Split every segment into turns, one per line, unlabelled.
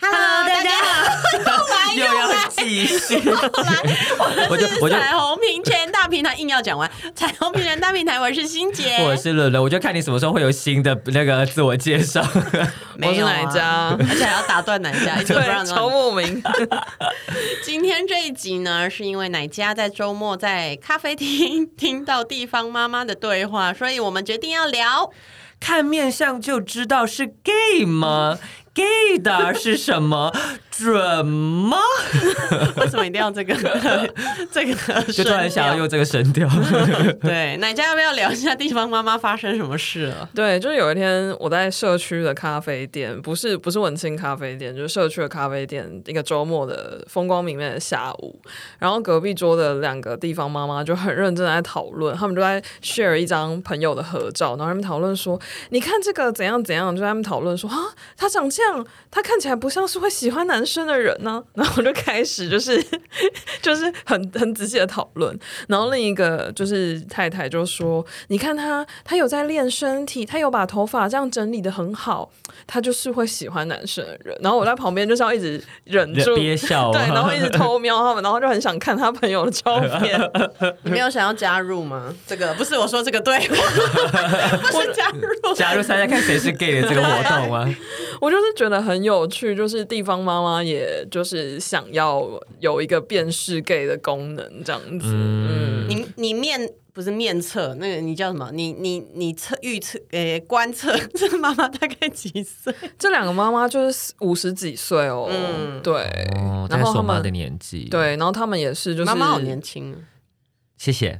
Hello，大家好，
哎
又要继续，
我就 我
是
就
彩虹平权大平台，硬要讲完。彩虹平权大平台，我是欣姐，
我是乐乐，我就看你什么时候会有新的那个自我介 绍。
没有
我是
啊
哪一 家
而且还要打断奶家， 一直不让
超
他。
莫名。
今天这一集呢，是因为奶家在周末在咖啡厅听到地方妈妈的对话，所以我们决定要聊。
看面相就知道是 gay 吗？gay
嗯
的是什么？准吗？
为什么一定要这个 这个声 调？
就突然想要用这个声 调。
对奶家要不要聊一下地方妈妈发生什么事了？
对，就是有一天我在社区的咖啡店，不是不是文青咖啡店，就是社区的咖啡店，一个周末的风光明媚的下午，然后隔壁桌的两个地方妈妈就很认真地在讨论，他们就在 share 一张朋友的合照，然后他们讨论说，你看这个怎样怎样，就在他们讨论说啊，他长这样，他看起来不像是会喜欢男生的人呢、 然后我就开始就是 就是很很仔细的讨论，然后另一个就是太太就说：“你看他，他有在练身体，他有把头发这样整理的很好，他就是会喜欢男生的人。”然后我在旁边就是要一直忍住，
憋笑啊
对，然后一直偷瞄他们，然后就很想看他朋友的照片。
你没有想要加入吗？这个不是我说这个对 话，不是加入，
加入参加看谁是 gay 的这个活动啊！
我就是觉得很有趣，就是地方妈妈，也就是想要有一个辨识 gay 的功能这样子。 嗯，
你你面不是面测，那个你叫什么？你你你测预测，诶、观测 这个妈妈大概 几岁？
这两个妈妈就是五十几岁哦，
嗯
对，
哦，
然
在
后
手
他
妈
们
的年纪，，
对，然后他们也是，就是
妈妈好年轻啊！
谢谢。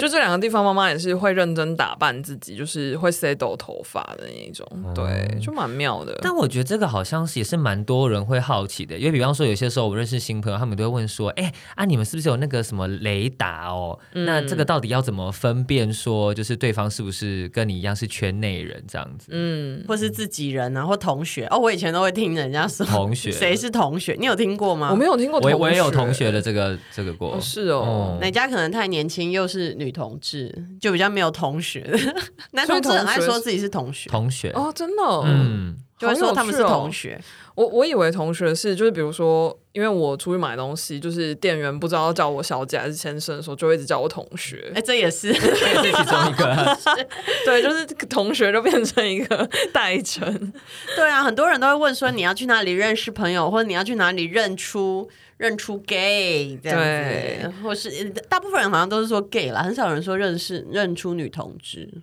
就这两个地方，妈妈也是会认真打扮自己，就是会 s e t 头发的那一种，
哦
对，就蛮妙的。
但我觉得这个好像是也是蛮多人会好奇的，因为比方说有些时候我认识新朋友，他们都会问说：“哎、啊，你们是不是有那个什么雷达哦？那这个到底要怎么分辨说，就是对方是不是跟你一样是圈内人这样子？”
嗯，
或是自己人啊，或同学哦，我以前都会听人家说
同学
谁是同学，你有听过吗？
我没有听过，
我也我也有同学的，这个这个过，
哦是哦，
哪家可能太年轻，又是女同志，就比较没有同学。 男同志很爱说自己是同学，
同学，
哦，真的哦，
嗯，
就会说他们是
好有趣哦
同学。
我我以为同学是就是比如说，因为我出去买东西，就是店员不知道叫我小姐还是先生的时候，就会一直叫我同学
哎、。这也是
这是其中一个，
对，就是同学就变成一个代称。
对啊，很多人都会问说你要去哪里认识朋友，或者你要去哪里认出认出 gay 这样
对
子，或是大部分人好像都是说 gay 啦，很少人说认识认出女同志。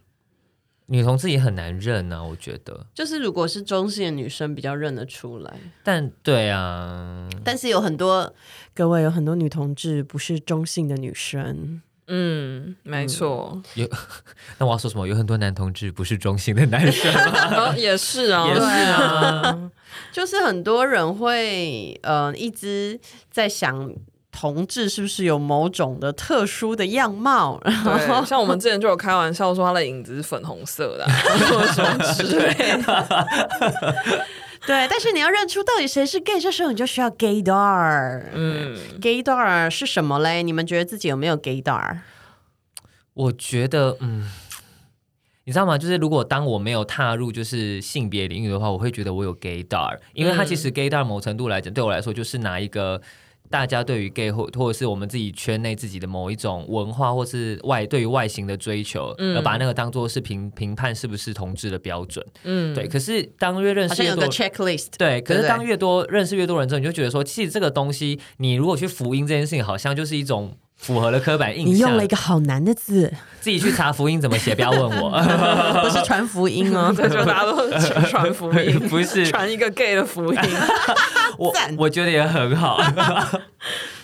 女同志也很难认啊，我觉得。
就是如果是中性的女生比较认得出来，
但对啊，
但是有很多各位有很多女同志不是中性的女生，
嗯，没错，
那我要说什么？有很多男同志不是中性的男生，
然后嗯也是啊，
也是啊。
就是很多人会呃一直在想同志是不是有某种的特殊的样貌，
对，像我们之前就有开玩笑说他的影子是粉红色的、 啊，或者什 么之类的。
对，但是你要认出到底谁是 gay，这时候你就需要 gaydar。
嗯，。
gaydar 是什么嘞？你们觉得自己有没有 gaydar？
我觉得，嗯，你知道吗？就是如果当我没有踏入就是性别领域的话，我会觉得我有 gaydar，因为它其
嗯
实 gaydar 某程度来讲，对我来说就是拿一个。大家对于 gay 或或者是我们自己圈内自己的某一种文化或是外对于外形的追求，
嗯
而把那个当做是评评判是不是同志的标准。嗯，对。可是当越认
好
识
像
越
有
多
个，checklist。
对，可
对
是
不
当
对
越多认识越多人之后，你就觉得说，其实这个东西，你如果去福音这件事情，好像就是一种符合了刻板印象。啊
你用了一个好难的字，
自己去查福音怎么写，不要问 我。
不是传福音哦
这就大家 都传福音，
不是
传一个 gay 的福 音。
我
赞
我觉得也很 好，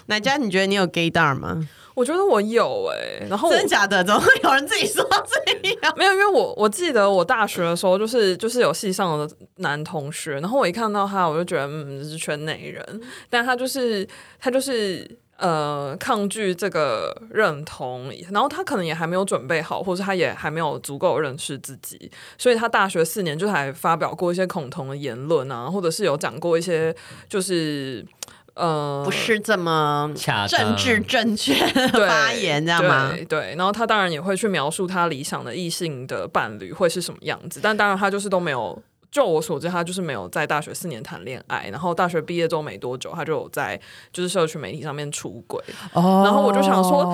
奶家，你觉得你有 gaydar 吗？
我觉得我有哎、然后我
真假的？怎么会有人自己说自己 有？
没有，因为我我记得我大学的时候，就是就是有系上的男同学，然后我一看到他，我就觉得嗯，这是圈内人，但他就是他就是。呃抗拒这个认同，然后他可能也还没有准备好，或者他也还没有足够认识自己，所以他大学四年就还发表过一些恐同的言论啊，或者是有讲过一些就是呃
不是这么
恰
政
当
治正确的
对
发言，这样吗？
对对，然后他当然也会去描述他理想的异性的伴侣会是什么样子，但当然他就是都没有。就我所知，他就是没有在大学四年谈恋爱，然后大学毕业之后没多久，他就有在就是社区媒体上面出轨。
哦
然后我就想说，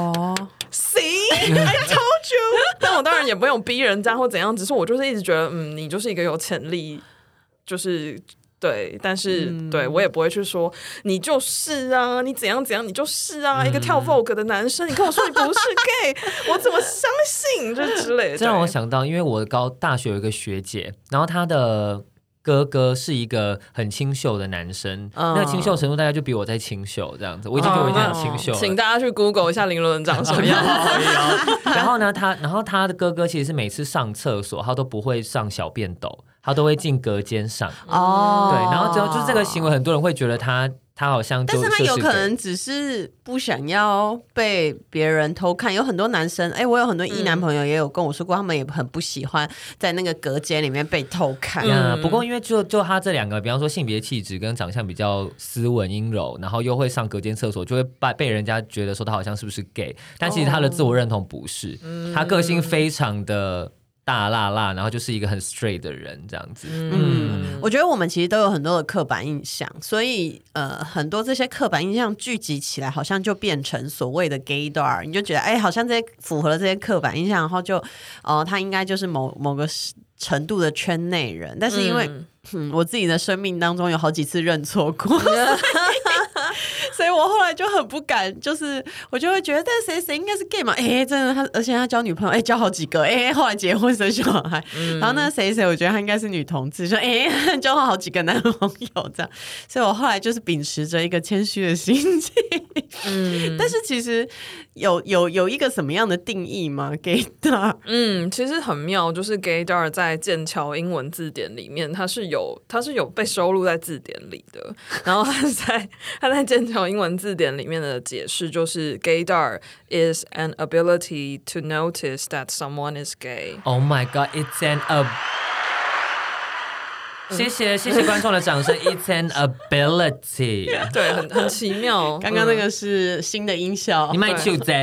行，I told you。但我当然也没有逼人家或怎样，只是我就是一直觉得，嗯，你就是一个有潜力，就是对，但是、对我也不会去说你就是啊，你怎样怎样，你就是啊，一个跳 Vogue 的男生，你跟我说你不是 gay，我怎 么相信？就之类的。
这让我
对，
想到，因为我高大学有一个学姐，然后她的哥哥是一个很清秀的男生，
嗯
那个清秀程度大概就比我在清秀这样子，我已经比我已经很清秀
请
了。
大家去 Google 一下林伦长什么样。
然后呢，他然后他的哥哥其实是每次上厕所，他都不会上小便斗，他都会进隔间上。
哦
对，然后只要就是这个行为，很多人会觉得他他好像就
但是他
就
有
个
可能只是不想要被别人偷看，有很多男生，哎、我有很多异男朋友也有跟我说过，他们也很不喜欢在那个隔间里面被偷看。
呀、
嗯
不过因为就就他这两个，比方说性别气质跟长相比较斯文阴柔，然后又会上隔间厕所，就会被被人家觉得说他好像是不是 gay，但其实他的自我认同不是，
嗯
他个性非常的大辣辣，然后就是一个很 straight 的人这样子。
嗯，我觉得我们其实都有很多的刻板印象，所以呃，很多这些刻板印象聚集起来，好像就变成所谓的 gaydar，你就觉得哎、好像这些符合了这些刻板印象，然后就哦、他应该就是某某个程度的圈内人，但是因为、
嗯
嗯， 我自己的生命当中有好几次认错过，所以所以我后来就很不敢，就是我就会觉得谁谁应该是 gay 嘛，哎、真的他，而且他交女朋友，哎、交好几个，哎、后来结婚生小孩，
嗯
然后那个谁谁，我觉得他应该是女同志，说哎、 交了好几个男朋友这样，所以我后来就是秉持着一个谦虚的心情，
嗯
但是其实有有有一个什么样的定义吗？gay 的，
嗯，其实很妙，就是 gaydar 在剑桥英文字典里面，它是有它是有被收录在字典里的。然后它在它在剑桥英文字典里面的解释就是 gaydar is an ability to notice that someone is gay。
Oh my god, it's an a
嗯
谢谢谢谢观众的 掌声，It's an ability。
对，很很奇妙。 嗯
刚刚那个是新的音效，
你卖就
对
在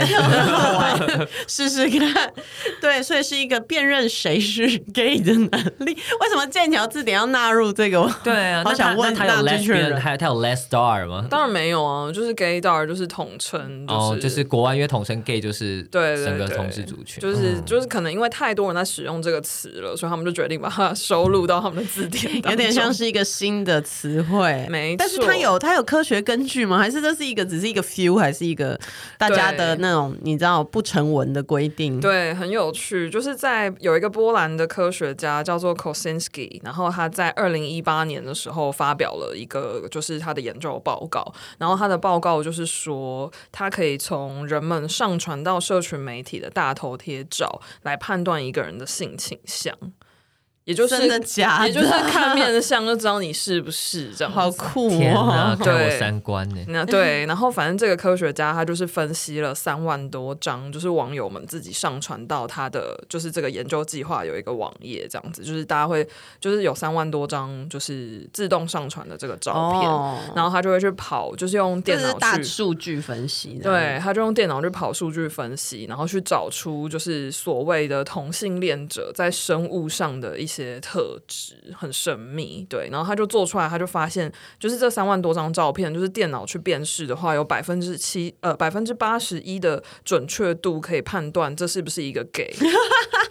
试试看。 对，所以是一个辨认谁是 gay 的能力。为什么剑桥字典要纳入这个？我
对啊，
好
那
想
他
问
那他有
那这群
lesbian，
人
还有他有 les star 吗？
当然没有啊，就是 gaydar 就是统称，就是、
哦，就是国外因为统称 gay 就是
对对
整个
对
同志族群，嗯
就是
嗯
就是可能因为太多人在使用这个词了，所以他们就决定把它收录到他们的字典当中，
有点像是一个新的词汇，
没错
但是它有它有科学根据吗？还是这是一个只是一个 few，还是一个大家的
对
那种你知道不成文的规定？，
对，很有趣，就是在有一个波兰的科学家叫做 Kosinski，然后他在二零一八年的时候发表了一个就是他的研究报告，然后他的报告就是说，他可以从人们上传到社群媒体的大头贴照来判断一个人的性倾向，也就是
真的假的？
也就是看面相就知道你是不是这样子
好酷
天哪，
哦！
看我
对
三观呢。
那对，然后反正这个科学家他就是分析了三万多张，就是网友们自己上传到他的就是这个研究计划有一个网页这样子，就是大家会就是有三万多张就是自动上传的这个照片，
哦
然后他就会去跑，就是用
这
电
是
脑
大
去
数据分析的，
对，他就用电脑去跑数据分析，然后去找出就是所谓的同性恋者在生物上的一些特质，很神秘。对，然后他就做出来，他就发现，就是这三万多张照片，就是电脑去辨识的话，有百分之七呃百分之八十一的准确度可以判断这是不是一个 gay。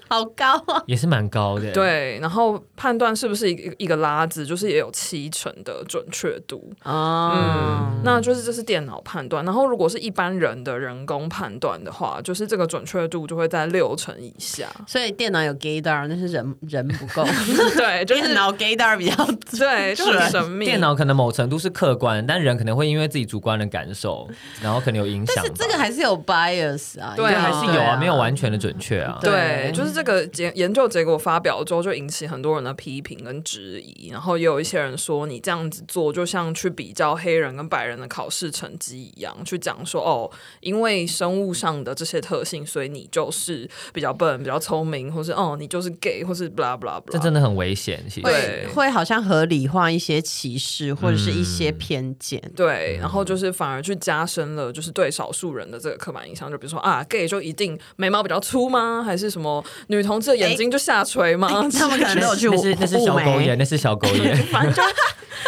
好高啊！
也是蛮高的，，
对，然后判断是不是一个一个拉子，就是也有七成的准确度。
哦，
那就是这是电脑判断，然后如果是一般人的人工判断的话，就是这个准确度就会在六成以下。
所以电脑有 gaydar，那是人人不够，
对， 就是
电脑 gaydar 比较
对，就很神秘。
电脑可能某程度是客观，但人可能会因为自己主观的感受，然后可能有影响吧。
这个还是有 bias 啊，
对
一定
还
要
是有啊，
对
没有完全的准确啊。
对
对，
就是这个结研究结果发表之后，就引起很多人的批评跟质疑，然后也有一些人说你这样子做就像去比较黑人跟白人的考试成绩一样，去讲说哦，因为生物上的这些特性，所以你就是比较笨、比较聪明，或是哦你就是 gay，或是 blah blah blah。
这真的很危险，其实。
对
会好像合理化一些歧视或者是一些偏见。
对，然后
嗯
就是反而去加深了，就是对少数人的这个刻板印象，就比如说啊，gay 就一定眉毛比较粗吗？还是什么女同志的
哎
眼睛就下垂吗？
他们可能都有去
嗯那是那是小狗眼，
眼，
那是小狗 眼。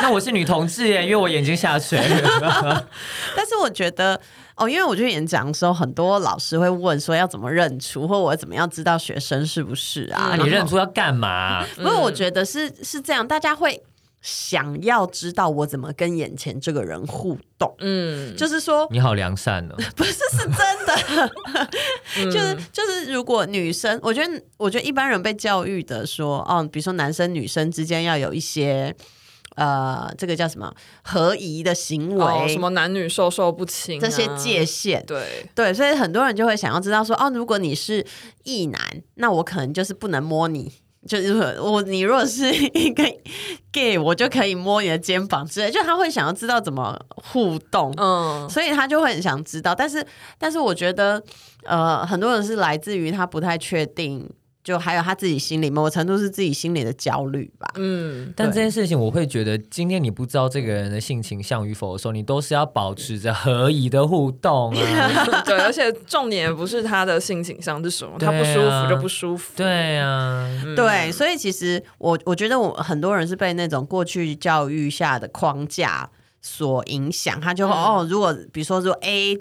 那我是女同志耶，因为我眼睛下 垂。
但是我觉得哦，因为我去演讲的时候，很多老师会问说要怎么认出，或我怎么样知道学生是不是
那
啊？然后
嗯你认出要嗯干嘛？啊
不过我觉得是是这样，大家会想要知道我怎么跟眼前这个人互动，
嗯，
就是说。
你好良善哦，
不是是真的，
嗯
就是就是，如果女生，我觉得我觉得一般人被教育的说，哦，比如说男生女生之间要有一些，呃，这个叫什么合宜的行为，
哦，什么男女授受不亲、啊，
这些界限，
对，
对，所以很多人就会想要知道说，哦，如果你是异男，那我可能就是不能摸你。就是我，你如果是 一个 gay，我就可以摸你的肩膀之类，就他会想要知道怎么互动，
嗯，
所以他就会很想知道。但是，但是我觉得，呃，很多人是来自于他不太确定，就还有他自己心里某个程度是自己心里的焦虑吧。
嗯，
但
对
这件事情，我会觉得，今天你不知道这个人的性倾向与否的时候，你都是要保持着合宜的互动 啊。
对，而且重点也不是他的性倾向是什么，
对啊
他不舒服就不舒服，
对啊，
嗯
对，所以其实我我觉得我很多人是被那种过去教育下的框架所影响，他就
嗯
会、哦，如果比如说说 A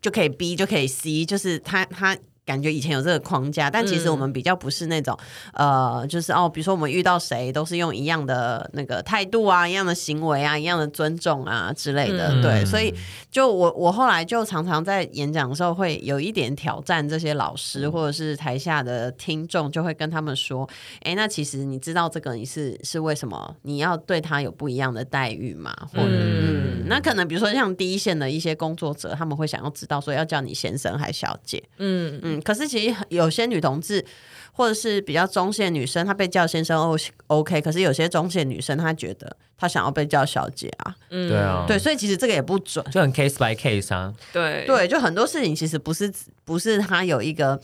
就可以 B 就可以 C，就是他他。感觉以前有这个框架，但
嗯
其实我们比较不是那种，呃，就是哦，比如说我们遇到谁都是用一样的那个态度啊，一样的行为啊，一样的尊重啊之类的，
嗯
对，所以就我我后来就常常在演讲的时候会有一点挑战这些老
嗯
师或者是台下的听众，就会跟他们说，哎，那其实你知道这个你是是为什么你要对他有不一样的待遇吗？或者嗯
嗯
那可能比如说像第一线的一些工作者，他们会想要知道说要叫你先生还小姐，
嗯，
嗯，可是其实有些女同志或者是比较中性的女生，她被叫先生 O OK，可是有些中性的女生她觉得她想要被叫小姐啊，
嗯，
对啊，
对，，所以其实这个也不准。
就很 case by case 啊，
对，
对，就很多事情其实不是不是他有一个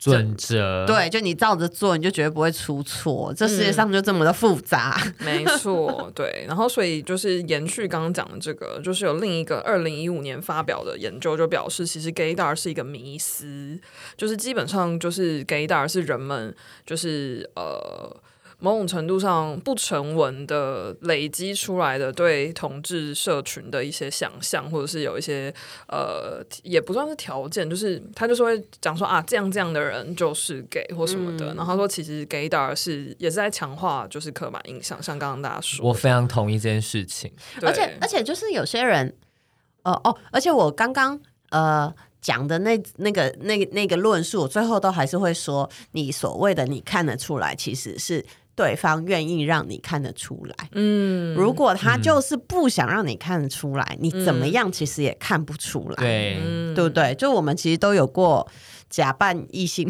准
嗯
则。，
对，就你照着做，你就绝对不会出错。这世界上就这么的复 杂，
没错，对。然后，所以就是延续刚刚讲的这个，就是有另一个二零一五年发表的研究就表示，其实 gaydar 是一个迷思，就是基本上就是 gaydar 是人们就是呃。某种程度上不成文的累积出来的对同志社群的一些想象，或者是有一些呃，也不算是条件，就是他就是会讲说啊，这样这样的人就是 gay 或什么
嗯
的。然后他说，其实 gaydar 是也是在强化就是刻板印象，像刚刚大家说，
我非常同意这件事情。
对
而且而且就是有些人，呃哦，而且我刚刚呃讲的那那个那那个论述，我最后都还是会说，你所谓的你看得出来，其实是对方愿意让你看得出来。
嗯，
如果他就是不想让你看得出来，你怎么样其实也看不出来。
对，
嗯
对不对？就我们其实都有过假扮异性，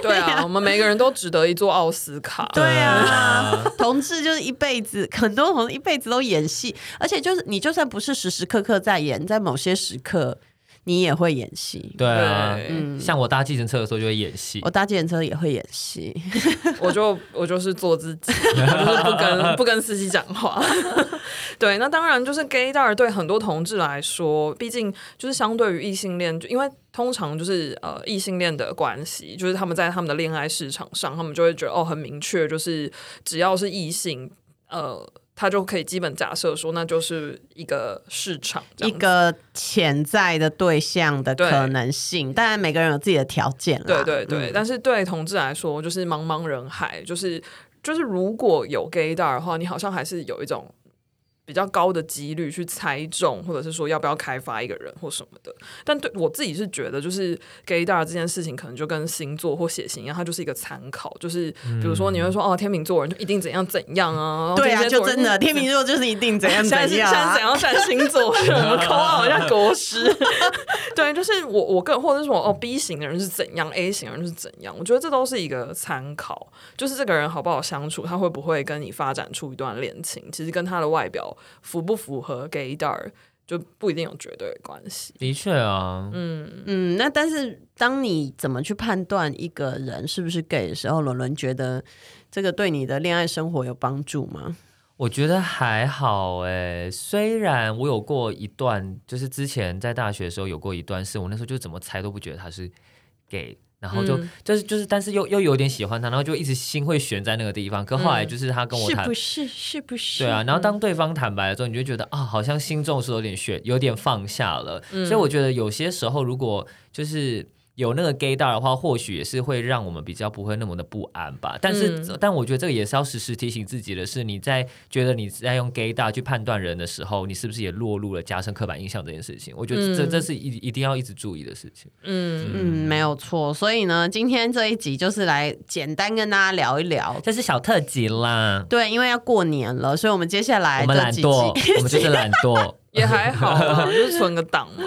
对啊，我们每个人都值得一座奥斯卡，
对啊，同志就是一辈子，很多同志一辈子都演戏，而且就是你就算不是时时刻刻在演，在某些时刻你也会演戏。
对啊，
对
像我搭计程车的时候就会演戏
嗯我。搭计程车也会演戏，
我就我就是做自己， 就是不跟不跟司机讲话。 对，那当然就是 gaydar 对很多同志来说，毕竟就是相对于异性恋，就因为通常就是呃异性恋的关系，就是他们在他们的恋爱市场上，他们就会觉得哦很明确，就是只要是异性，呃。他就可以基本假设说，那就是一个市场这样
一
子，
个潜在的对象的
对
可能性，当然每个人有自己的条件啦。
对对对，
嗯
但是对同志来说，就是茫茫人海，就是就是如果有 gaydar 的话，你好像还是有一种比较高的几率去猜中，或者是说要不要开发一个人或什么的。但对我自己是觉得，就是 gaydar 这件事情，可能就跟星座或血型一样，它就是一个参考。就是比如说，你会说、哦，天秤座人就一定怎样怎样啊，
嗯对
天
啊，
蝎
就
座人
真的天秤座就是一定怎 样
现在是
怎
现
样
在
啊
想。要占星 座，我们口号像国师。 对，就是我我个人或者是什么哦，B 型的人是怎样，A 型的人是怎样，我觉得这都是一个参考，就是这个人好不好相处，他会不会跟你发展出一段恋情，其实跟他的外表符不符合 gaydar 就不一定有绝对的关系。
的确啊，
嗯，那但是当你怎么去判断一个人是不是 gay 的时候，伦伦觉得这个对你的恋爱生活有帮助吗？
我觉得还好哎，虽然我有过一段，就是之前在大学的时候有过一段，是我那时候就怎么猜都不觉得他是 gay，然后就、
嗯
就是就是，但是又又有点喜欢他，然后就一直心会悬在那个地方。可后来就是他跟我
是
谈，
不是？是不是？
对啊，，然后当对方坦白了之后，你就觉得啊，好像心中是有点悬，有点放下了。
嗯
所以我觉得有些时候，如果就是有那个 gay 大的话，或许也是会让我们比较不会那么的不安吧。但是，
嗯
但我觉得这个也是要时时提醒自己的是，你在觉得你在用 gay 大去判断人的时候，你是不是也落入了加深刻板印象这件事情？我觉得这、
嗯
这是一一定要一直注意的事情。
嗯，
嗯，没有错。所以呢，今天这一集就是来简单跟大家聊一聊。
这是小特辑啦，
对，因为要过年了，所以我们接下来
我们
的
懒
几
惰
集，，
我们就是懒 惰。
也还好啊，就是存个档嘛。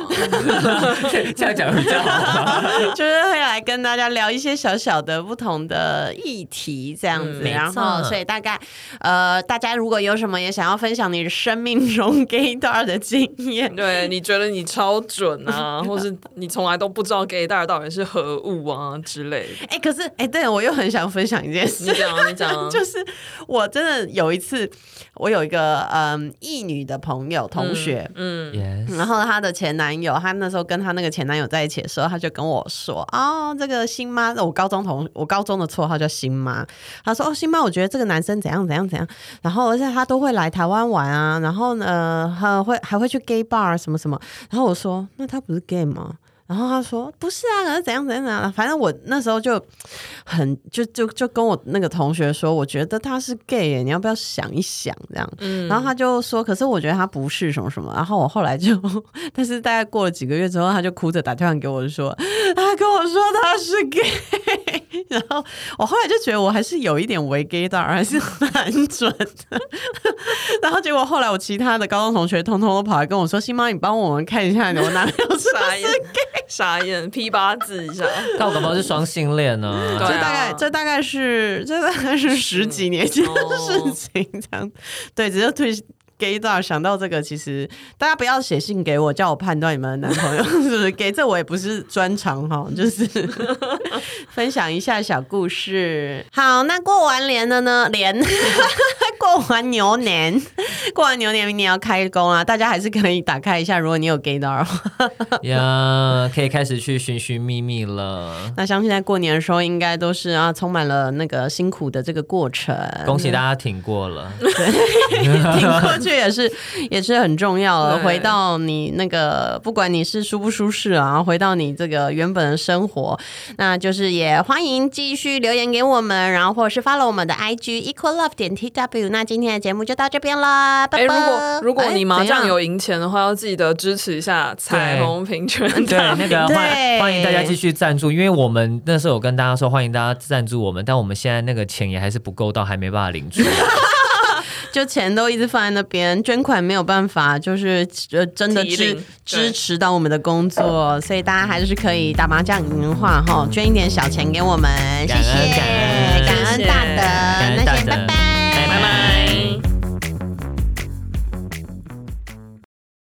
这样讲比较好吗。
就是会来跟大家聊一些小小的不同的议题这样子。
嗯没
然后，
错
所以大概呃，大家如果有什么也想要分享你生命中 gay 段的经验，
对，你觉得你超准 啊，或是你从来都不知道 gaydar 到底是何物啊之类的。
哎、可是哎、对我又很想分享一件事
你。讲啊，你
嗯
讲啊，
就是我真的有一次，我有一个嗯异女的朋友同学，
嗯，
Yes
然后她的前男友，她那时候跟她那个前男友在一起的时候，她就跟我说：“哦，这个新妈，我高中同我高中的绰号叫新妈。”她说：“哦，新妈，我觉得这个男生怎样怎样怎样。”然后而且她都会来台湾玩啊，然后呢，还会还会去 gay bar 什么什么。然后我说：“那他不是 gay 吗？”然后她说：“不是啊，可是怎样怎样怎样。”反正我那时候就很就就就跟我那个同学说：“我觉得他是 gay，耶你要不要想一想？”这样，然后他就说：“可是我觉得他不是什么什么。”然后我后来就， 但是大概过了几个月之后，他就哭着打电话给我说：“他跟我说他是 gay。”然后我后来就觉得我还是有一点为 gay 的，还是蛮准的。 然后结果后来我其他的高中同学通通都跑来跟我说：“新妈，你帮我们看一下我男朋友是不
傻
是
眼，傻眼，批八字一下。
但我搞不好是双性恋呢、
对
这
啊
大概这大概是 这大概是十几年前的事
哦
情，这样、对，只是退 gay 到想到这个，其实大家不要写信给我，叫我判断你们的男朋友 是不是 gay，这我也不是专长哈，就是分享一下小故事。好，那过完年了呢，年 过完牛年， 过完牛年明年要开工啊，大家还是可以打开一下，如果你有 gay 到。
呀可以开始去寻寻觅觅了。
那相信在过年的时候，应该都是啊，充满了那个辛苦的这个过程。
恭喜大家挺过 了，
挺过去也是也是很重要的。
对
回到你那个，不管你是舒不舒适啊，回到你这个原本的生活，那就是也欢迎继续留言给我们，然后或者是 follow 我们的 IG equal love 点 tw。那今天的节目就到这边 啦，
哎、
拜拜。
如果如果
哎
你麻将。
怎样
有赢钱的话，要记得支持一下彩虹平权
对
大
那个
对
欢欢迎大家继续赞助，因为我们那时候有跟大家说欢迎大家赞助我们，但我们现在那个钱也还是不够到，还没办法领出。
就钱都一直放在那边，捐款没有办法，就是呃真的
提
支
领对
支持到我们的工作，所以大家还是可以打麻将赢的话哈，捐一点小钱给我们，谢
感恩感恩
谢，感恩
谢谢
大
感
德，
恩
那
大
先
德
拜拜。